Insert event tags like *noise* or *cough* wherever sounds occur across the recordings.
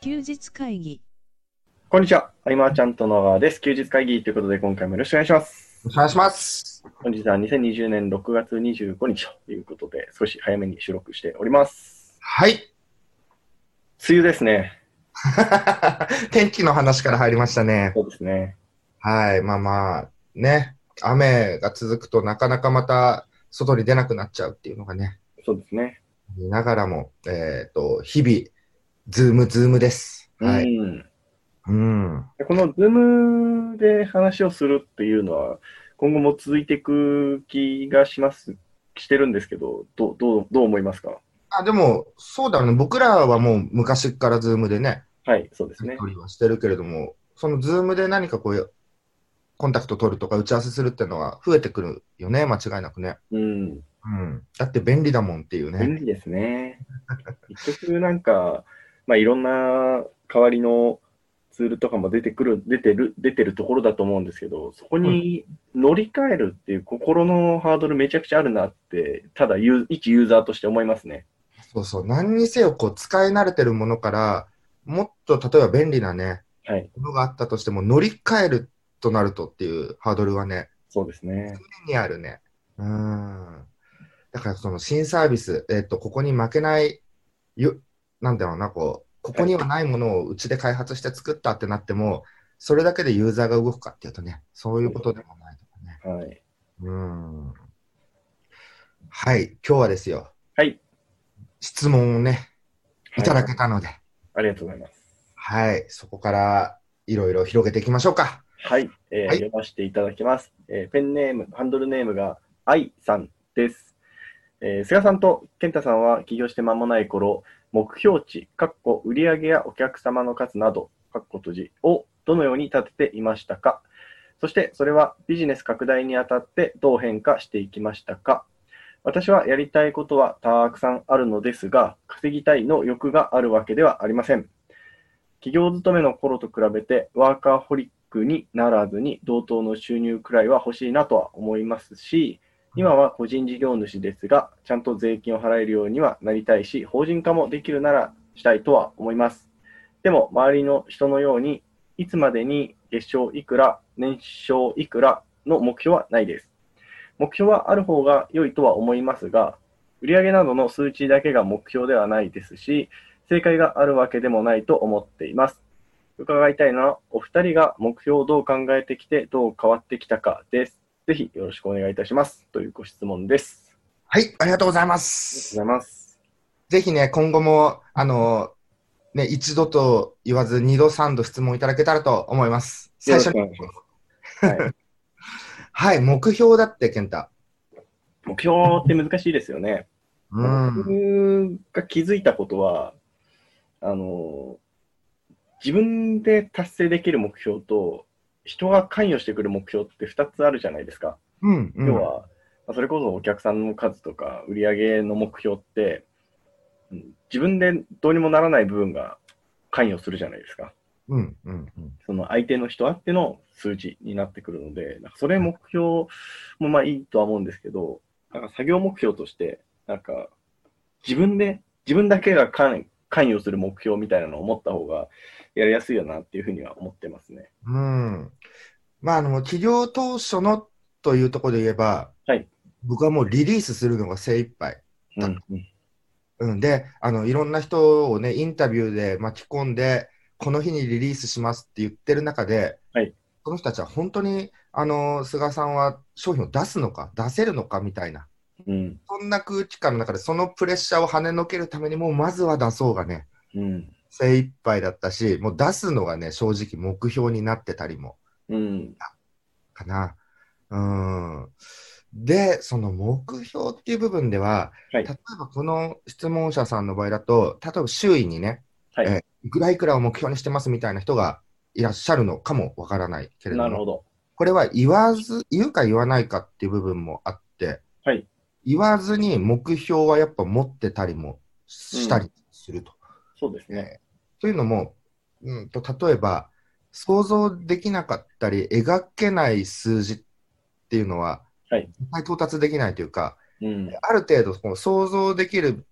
休日会議こんにちは。相馬ちゃんと野川です。休日会議ということで、今回もよろしくお願いします。お願いします。本日は2020年6月25日ということで、少し早めに収録しております。はい。 *laughs* 梅雨ですね。天気の話から入りましたね。そうですね。はい。まあまあ、ね。雨が続くとなかなかまた外に出なくなっちゃうっていうのがね。そうですね。見ながらも、えっ、と、日々、ズーム、ズームです。はい。うんうん。でこのズームで話をするっていうのは、今後も続いていく気がします、してるんですけど、どうどうどう思いますかあ、でも、そうだね。僕らはもう昔からズームでね、はい、そうですやねり。取りはしてるけれども、そのズームで何かこういう、コンタクト取るとか打ち合わせするっていうのは増えてくるよね。間違いなくね。うん、うん。だって便利だもんっていうね。便利ですね。結局なんか、まあ、いろんな代わりのツールとかも出てくる、出てる、出てるところだと思うんですけど、そこに乗り換えるっていう心のハードルめちゃくちゃあるなって、ただユー一ユーザーとして思いますね。そうそう、何にせよこう使い慣れてるものから、もっと例えば便利なね、はい、ものがあったとしても、乗り換えるとなるとっていうハードルはね、そうですね。常にあるね。うーん。だからその新サービス、えっ、と、ここに負けない、よなんだろうな、こう、ここにはないものをうちで開発して作ったってなっても、それだけでユーザーが動くかっていうとね、そういうことでもないとかね。はい。うーん。はい、今日はですよ、はい。質問をね、いただけたので、ありがとうございます。はい、そこからいろいろ広げていきましょうか。はい、えーはい読ませていただきます、えーペンネーム、ハンドルネームが愛さんです。えー菅さんと健太さんは起業して間もない頃、目標値、かっこ売上やお客様の数など、かっこ閉じをどのように立てていましたかそしてそれはビジネス拡大にあたってどう変化していきましたか私はやりたいことはたくさんあるのですが、稼ぎたいの欲があるわけではありません。企業勤めの頃と比べてワーカーホリックにならずに同等の収入くらいは欲しいなとは思いますし今は個人事業主ですがちゃんと税金を払えるようにはなりたいし法人化もできるならしたいとは思いますでも周りの人のようにいつまでに月賞いくら年賞いくらの目標はないです目標はある方が良いとは思いますが売上などの数値だけが目標ではないですし正解があるわけでもないと思っています。伺いたいのは、お二人が目標をどう考えてきて、どう変わってきたかです。ぜひよろしくお願いいたします。というご質問です。はい、ありがとうございまありがす。とうございます。ぜひね、今後も、あの、ね、一度と言わず、二度、三度質問いただけたらと思います。最初に。よろしくお願いしますはい、はい、目標だって、健太。目標って難しいですよね。うん。僕が気づいたことは、あの、自分で達成できる目標と、人が関与してくる目標って2つあるじゃないですか。うん。うん要は、まあそれこそお客さんの数とか売り上げの目標って、うん自分でどうにもならない部分が関与するじゃないですか。うん。うん。うんその相手の人あっての数字になってくるので、なんかそれ目標もまあいいとは思うんですけど、なんか作業目標として、なんか自分で、自分だけが関関与する目標みたいなのを持った方がやりやすいよなっていうふうには思ってますね。うん。まあ、あの、企業当初のというところで言えば、はい僕はもうリリースするのが精一杯。うん、うんうん、であのいろんな人を、ね、インタビューで巻き込んで、この日にリリースしますって言ってる中で、はいその人たちは本当にあの菅さんは商品を出すのか、出せるのかみたいな、うん、そんな空気感の中で、そのプレッシャーを跳ねのけるためにも、まずは出そうがね、うん、精一杯だったし、もう出すのがね、正直目標になってたりもうん、かな。うんで、その目標っていう部分では、はい例えばこの質問者さんの場合だと、例えば周囲にね、はいえーいくらいくらを目標にしてますみたいな人がいらっしゃるのかもわからないけれなどるほも、ど。これは言わず、言うか言わないかっていう部分もあって、はい言わずに目標はやっぱ持ってたりもしたりすると。そうですね。ねというのも、うん、と例えば想像できなかったり描けない数字っていうのは、はい絶対到達できないというかうん、ある程度こう想像できる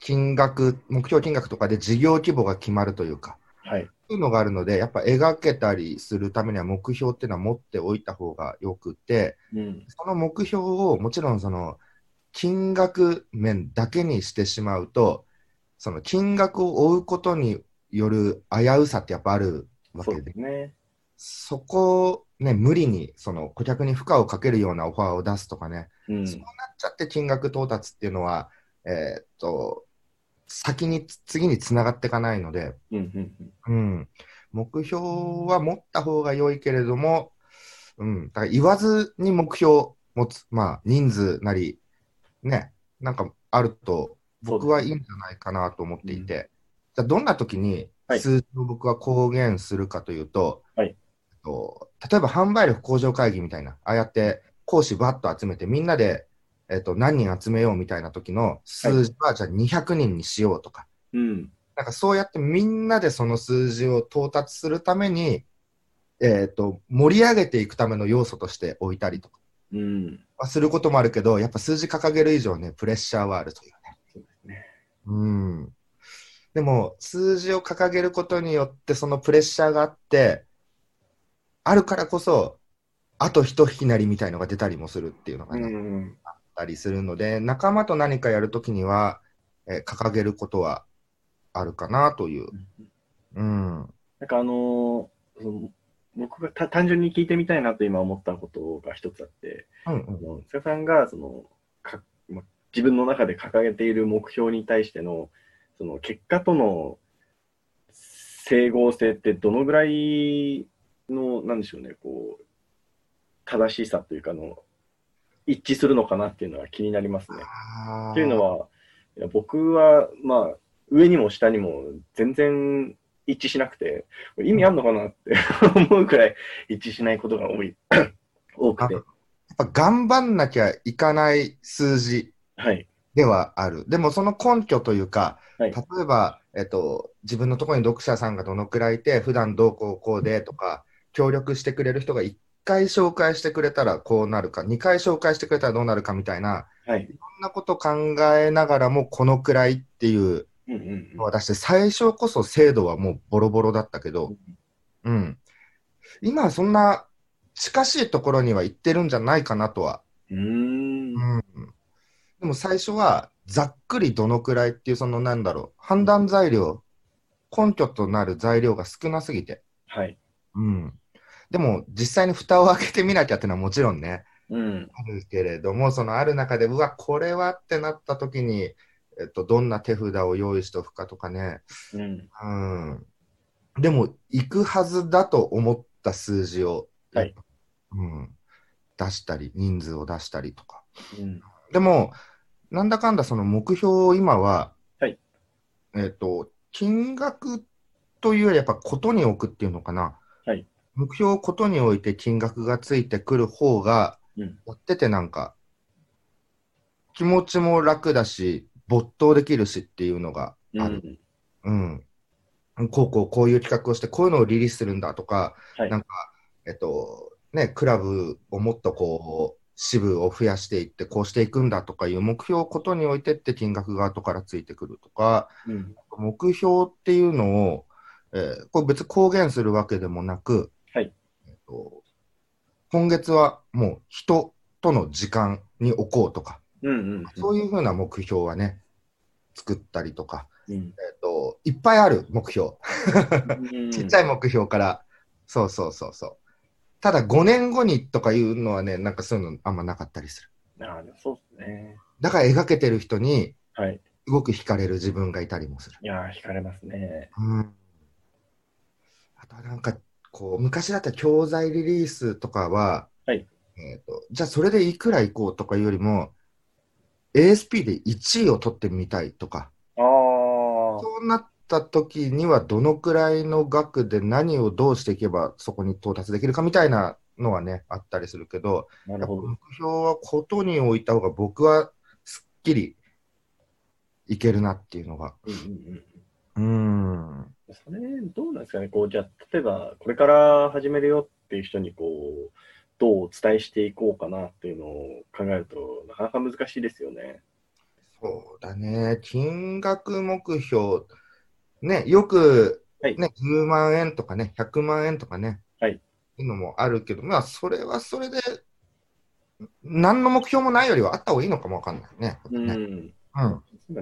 金額、目標金額とかで事業規模が決まるというか、はい。そういうのがあるので、やっぱ描けたりするためには目標っていうのは持っておいた方がよくて、うん。その目標をもちろんその金額面だけにしてしまうと、その金額を追うことによる危うさってやっぱあるわそけうでで、すね。そこをね、無理にその顧客に負荷をかけるようなオファーを出すとかね、うん。そうなっちゃって金額到達っていうのは、えーっと、先に、次につながっていかないので、うんうんうん。うん、目標は持った方が良いけれども、うん、だから言わずに目標を持つ、まあ、人数なり、ね、なんかあると、僕はいいんじゃないかなと思っていて、じゃあどんな時にはい数字を僕は公言するかというと、はいえっと例えば販売力向上会議みたいな、ああやって講師ばっと集めて、みんなで、えっと、何人集めようみたいな時の数字は、じゃあ200人にしようとか、うん。なんかそうやってみんなでその数字を到達するために、えー、と盛り上げていくための要素として置いたりとかうん。はすることもあるけど、やっぱ数字掲げる以上ね、プレッシャーはあるというね。そうですね。うん。でも、数字を掲げることによって、そのプレッシャーがあって、あるからこそ、あと一ひなりみたいのが出たりもするっていうのがうね、あっん。たりするので、仲間と何かやるときには、えー掲げることはあるかなという。うん。なんかあのーその僕がた単純に聞いてみたいなと今思ったことが一つあって、うんあの瀬尾さんがそのかま自分の中で掲げている目標に対してのその結果との整合性ってどのぐらいの、なんでしょうね、こう、正しさというかあの、一致するのかなっていうのは気になりますね。っっていうのは、いや僕は、まあ、上にも下にも全然一致しなくて、意味あんのかなって *laughs* 思うくらい一致しないことが多い多くてあ、やっぱ頑張んなきゃいかない数字はい、ではある。でもその根拠というか、はい例えば、えっと、自分のところに読者さんがどのくらいいて、普段どうこうこうでとか、協力してくれる人が1回紹介してくれたらこうなるか、2回紹介してくれたらどうなるかみたいな、はい。そんなこと考えながらもこのくらいっていううんうんのは出して、最初こそ精度はもうボロボロだったけど、うん。今はそんな近しいところには行ってるんじゃないかなとはうん。うーん。うんでも最初はざっくりどのくらいっていうそのなんだろう判断材料根拠となる材料が少なすぎて、はい。うん、でも実際に蓋を開けてみなきゃってのはもちろんねうん。あるけれどもそのある中でうわこれはってなった時に、えっと、どんな手札を用意しておくかとかね、うん。うん、でも行くはずだと思った数字を、はいうん、出したり人数を出したりとか。うん。でも、なんだかんだその目標を今は、はいえっ、と、金額というよりやっぱことに置くっていうのかな。はい目標をことに置いて金額がついてくる方が、うんやっててなんか、気持ちも楽だし、没頭できるしっていうのがうある。ん。うん。こうこうこういう企画をして、こういうのをリリースするんだとか、はいなんか、えっと、ね、クラブをもっとこう、支部を増やしていって、こうしていくんだとかいう目標をことにおいてって金額が後からついてくるとか、うん。目標っていうのを、えーこれ別に公言するわけでもなく、はいえっと、今月はもう人との時間に置こうとか、うん。うん。そういうふうな目標はね、作ったりとか、うん。えっと、いっぱいある目標。うんちっちゃい目標から、そうそうそうそう。ただ5年後にとかいうのはね、なんかそういうのあんまなかったりする。ああ、そうですね。だから描けてる人に、はい。すごく惹かれる自分がいたりもする。いやー、惹かれますね。うん。あとはなんか、こう、昔だったら教材リリースとかは、はいえっ、と、じゃあそれでいくらいこうとかいうよりも、ASP で1位を取ってみたいとか、ああ。そうなった時にはどのくらいの額で何をどうしていけばそこに到達できるかみたいなのはねあったりするけどなやるっぱほど目。標はことに置いた方が僕はすっきりいけるなっていうのがうんうんうん。うーんそれ、どうなんですかね、こうじゃあ、例えば、これから始めるよっていう人に、こう、どうお伝えしていこうかなっていうのを考えると、なかなか難しいですよね。そうだね。金額目標。ね、よく、はいね、10万円とかね、100万円とかね、はい。いうのもあるけど、まあ、それはそれで、何の目標もないよりはあった方がいいのかもわかんないね。うねん。うん。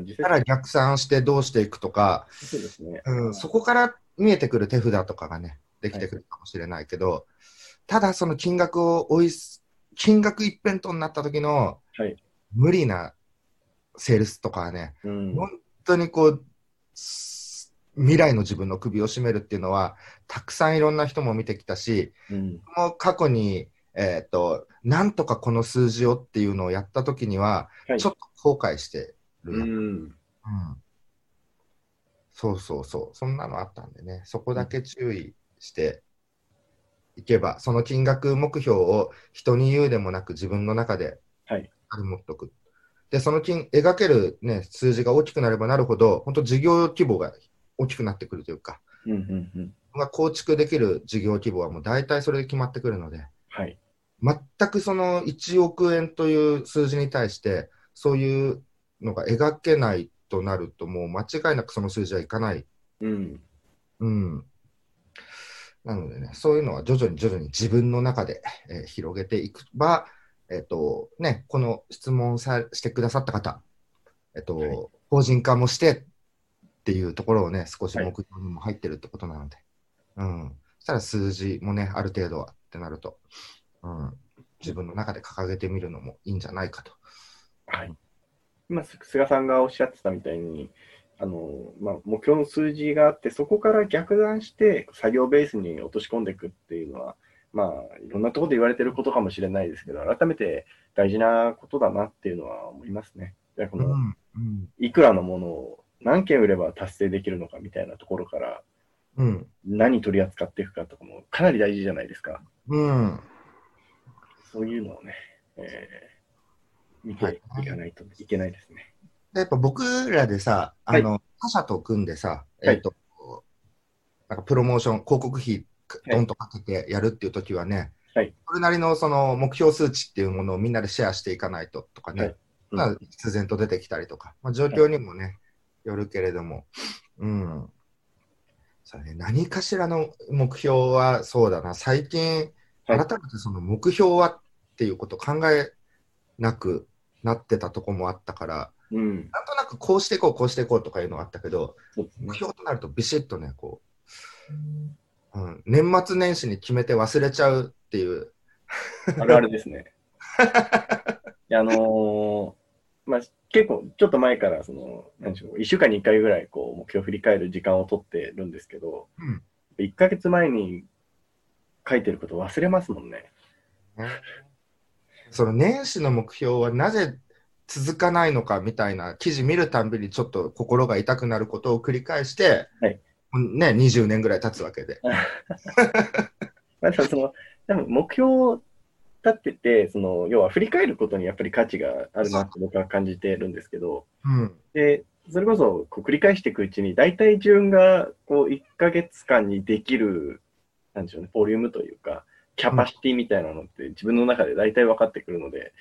実か際ら逆算してどうしていくとか、そうですね。うん、そこから見えてくる手札とかがね、できてくるかもしれないけど、ただその金額を追いす、金額一辺倒になった時の、はい無理なセールスとかはね、うん。本当にこう、す未来の自分の首を絞めるっていうのは、たくさんいろんな人も見てきたし、うん。もう過去に、えっ、と、なんとかこの数字をっていうのをやった時には、はいちょっと後悔してる、うん。うんそうそうそう、そんなのあったんでね、そこだけ注意していけば、その金額目標を人に言うでもなく、自分の中ではいあれ持っとく。で、その金描ける、ね、数字が大きくなればなるほど、本当、事業規模が大きくなってくるというか、うん。うん。うん。まあ構築できる事業規模はもう大体それで決まってくるので、はい。全くその1億円という数字に対して、そういうのが描けないとなると、もう間違いなくその数字はいかない。うん。うん。なのでね、そういうのは徐々に徐々に自分の中で、えー広げていくば、えっ、と、ね、この質問さしてくださった方、えっ、と、はい法人化もしてっていうところをね、少しは目い標にも入ってるってことなので、うん。そしたら数字もね、ある程度はってなると、うん。自分の中で掲げてみるのもいいんじゃないかと。はい。今、す菅さんがおっしゃってたみたいに、あの、まあ、目標の数字があって、そこから逆算して作業ベースに落とし込んでいくっていうのは、まあ、いろんなところで言われてることかもしれないですけど、改めて大事なことだなっていうのは思いますね。でこうのん。うん。いくらのものを何件売れば達成できるのかみたいなところから、うん。何取り扱っていくかとかもかなり大事じゃないですか。うん。そういうのをね、えー見ていかないといけないですね。でやっぱ僕らでさ、あの、他社と組んでさ、はいえっ、と、なんかプロモーション、広告費、いドンとかけてやるっていう時はね、はいそれなりのその目標数値っていうものをみんなでシェアしていかないととかね、はいうんまあ必然と出てきたりとか、まあ、状況にもね、よるけれども、うん。そうね、何かしらの目標はそうだな、最近、は改いめてその目標はっていうことを考えなくなってたとこもあったから、うん。なんとなくこうしていこう、こうしていこうとかいうのがあったけど、そうですね目標となるとビシッとね、こう、うん、年末年始に決めて忘れちゃうっていう。あるあるです *laughs* ね。いやあのーまあ、結構ちょっと前からその、なんでしょう、1週間に1回ぐらいこう目標を振り返る時間を取ってるんですけど、うん1ヶ月前に書いてること忘れますもんね。その年始の目標はなぜ続かないのかみたいな記事見るたんびにちょっと心が痛くなることを繰り返して、はいね、20年ぐらい経つわけで。まあ、でもその多分目標を立っててその、要は振り返ることにやっぱり価値があるなって僕は感じてるんですけど、うん。でそれこそこう繰り返していくうちに、大体自分がこう1ヶ月間にできる、なんでしょうね、ボリュームというか、キャパシティみたいなのって自分の中で大体分かってくるので、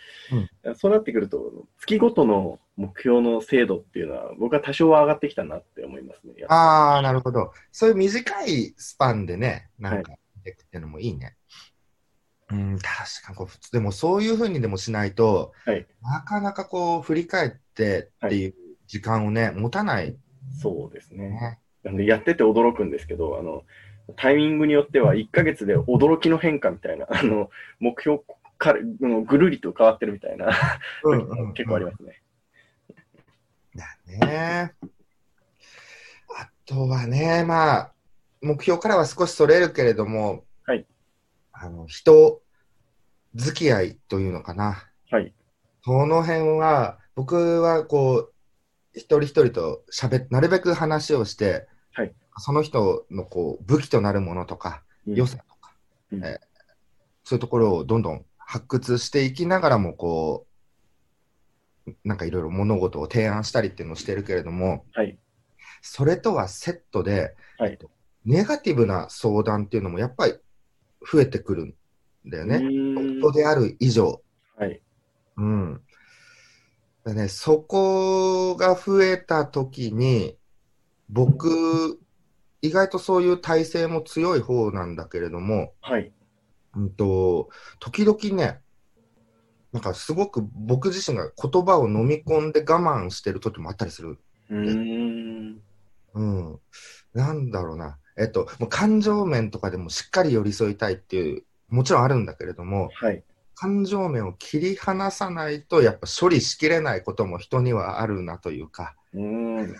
そうなってくると、月ごとの目標の精度っていうのは、僕は多少は上がってきたなって思いますね。ああ、なるほど。そういう短いスパンでね、なんか、でくっていうのもいいね。うん、確かにこう、でもそういうふうにでもしないと、はいなかなかこう、振り返ってっていう時間をね、持たないそうですね。ね。なんでやってて驚くんですけど、あのタイミングによっては1ヶ月で驚きの変化みたいな、あの目標からうんぐるりと変わってるみたいな、結構ありますね。だね。あとはね、まあ、目標からは少しそれるけれども、はいあの人付き合いというのかな。はい。その辺は、僕はこう、一人一人と喋っなるべく話をして、はいその人のこう武器となるものとか、うん良さとか、うんえーそういうところをどんどん発掘していきながらも、こう、なんかいろいろ物事を提案したりっていうのをしてるけれども、はい。それとはセットで、はいえっとネガティブな相談っていうのもやっぱり増えてくるんだようね。ーん人である以上。はい。うん。だね、そこが増えた時に、僕、意外とそういう体制も強い方なんだけれども、はい。うんと、時々ね、なんかすごく僕自身が言葉を飲み込んで我慢してる時もあったりする。うーん。うん。なんだろうな。えっと、もう感情面とかでもしっかり寄り添いたいっていう、もちろんあるんだけれども、はい。感情面を切り離さないと、やっぱ処理しきれないことも人にはあるなというか、うーん。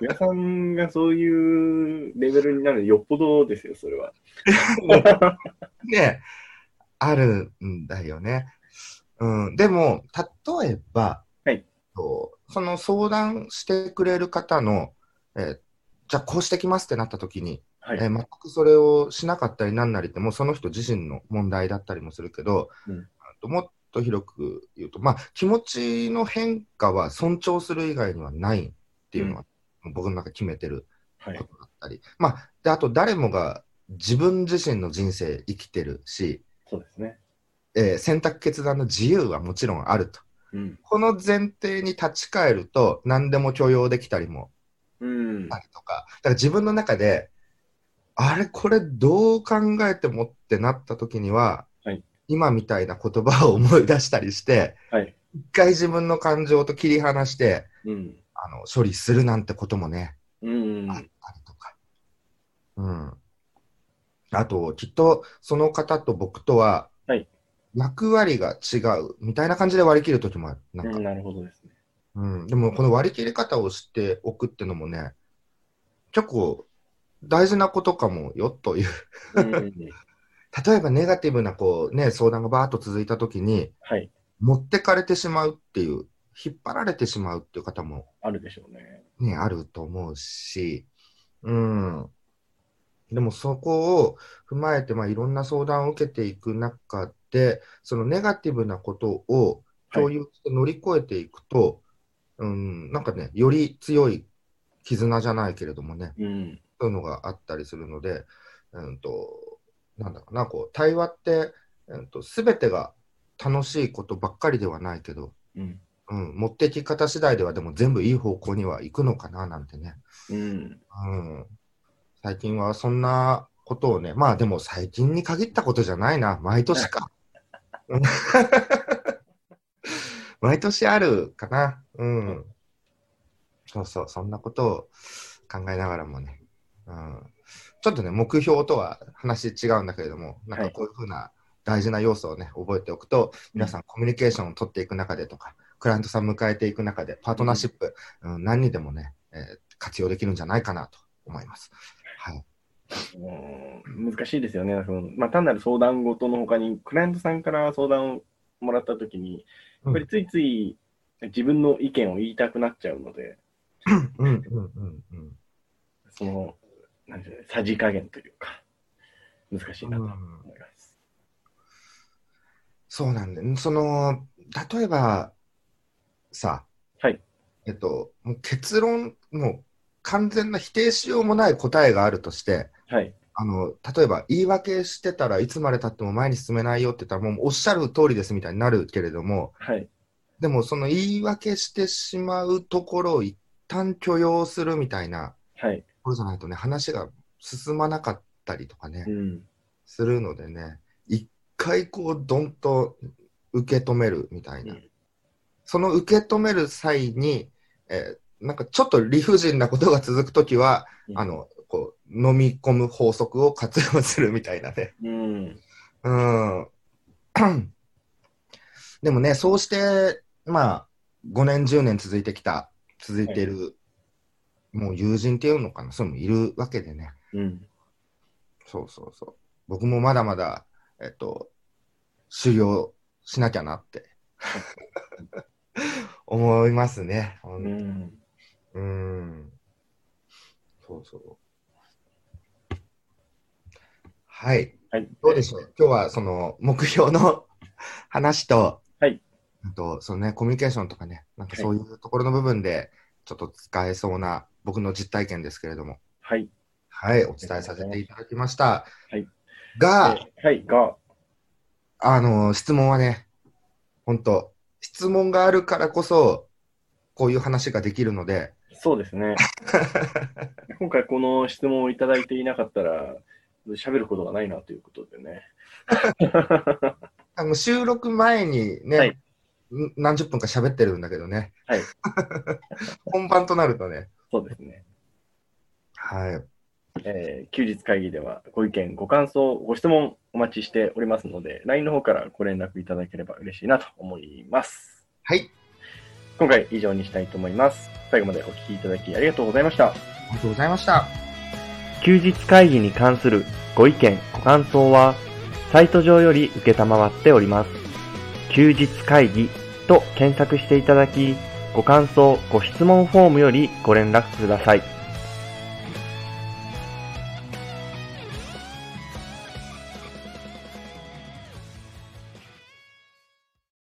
皆さんがそういうレベルになるよっぽどですよ、それは。 *laughs* ね、あるんだよね。うん、でも、例えば、はいとその相談してくれる方の、えーじゃあこうしてきますってなった時に、はい。えー全くそれをしなかったりなんなりって、もうその人自身の問題だったりもするけど、うんあともっと広く言うと、まあ、気持ちの変化は尊重する以外にはないっていうのは、僕の中で決めてるはいこ。とだったり、まあ、であと誰もが自分自身の人生生きてるし、そうですね。えー選択決断の自由はもちろんあると。うん。この前提に立ち返ると何でも許容できたりもうん。あるとか、だから自分の中で、あれこれどう考えてもってなった時には、はい今みたいな言葉を思い出したりして、はい。一回自分の感情と切り離して、うん。あの処理するなんてこともね、うん。ああるとか。うん。あと、きっとその方と僕とははい、役割が違うみたいな感じで割り切るときもある。なんうか、んなるほどですね。うん。でも、この割り切り方を知っておくってのもね、結構大事なことかもよという。 *laughs* うん。例えば、ネガティブなこう、ね、相談がバーっと続いたときに、はい。持ってかれてしまうっていう、引っ張られてしまうっていう方もあるでしょうね。ね、あると思うし、うん。でもそこを踏まえて、まあ、いろんな相談を受けていく中で、そのネガティブなことを共有して乗り越えていくと、うん、なんかね、より強い絆じゃないけれどもね、うん。そういうのがあったりするので、うんと、なんだろうな、こう、対話って、うんと、すべてが楽しいことばっかりではないけど、うん。うん、持ってき方次第ではでも全部いい方向には行くのかななんてね、うん。うん、最近はそんなことをねまあでも最近に限ったことじゃないな毎年 *laughs* かうん毎年あるかなうんそうそうそんなことを考えながらもね、うん、ちょっとね目標とは話違うんだけれどもなんかこういうふうな大事な要素をね覚えておくと皆さんコミュニケーションを取っていく中でとか、クライアントさん迎えていく中で、パートナーシップ、うん、何にでもね、えー活用できるんじゃないかなと思います。はい。うん難しいですよね。そのまあ、単なる相談事のほかに、クライアントさんから相談をもらったときに、やっぱりついつい自分の意見を言いたくなっちゃうので、うんうんうんうん。その、なんていうのさじ加減というか、難しいなと思います。そうなんだよ。その、例えば、さ、はい。えっと、もう結論、もう完全な否定しようもない答えがあるとして、はい。あの、例えば言い訳してたらいつまでたっても前に進めないよって言ったら、もうおっしゃる通りですみたいになるけれども、はい。でもその言い訳してしまうところを一旦許容するみたいなはい。ところじゃないとね、話が進まなかったりとかね、うん。するのでね、一回こう、どんと受け止めるみたいな。うんその受け止める際に、えーなんかちょっと理不尽なことが続くときは、うんあの、こう、飲み込む法則を活用するみたいなね。うん。うん。でもね、そうして、まあ、5年、10年続いてきた、続いている、もう友人っていうのかな、そういうのもいるわけでね。うん。そうそうそう。僕もまだまだ、えっと、修行しなきゃなって、 *laughs* 思いますね。ほんうん。うん。そうそう。はい。はい。どうでしょう今日はその目標の *laughs* 話と、はい。あと、そのね、コミュニケーションとかね、なんかはいそういうところの部分で、ちょっと使えそうな、僕の実体験ですけれども、はい。はい、お伝えさせていただきました。はい。が、はい。が、あの、質問はね、本当質問があるからこそ、こういう話ができるので、そうです *laughs* ね。今回この質問をいただいていなかったら、喋ることがないなということでね。あの収録前にね、はいん何十分か喋ってるんだけどね、はい *laughs* 本番となるとね、そうですね。はい、えー休日会議ではご意見、ご感想、ご質問お待ちしておりますので、LINE の方からご連絡いただければ嬉しいなと思います。はい、今回以上にしたいと思います。最後までお聞きいただきありがとうございました。ありがとうございました。休日会議に関するご意見、ご感想は、サイト上より受けたまわっております。休日会議と検索していただき、ご感想、ご質問フォームよりご連絡ください。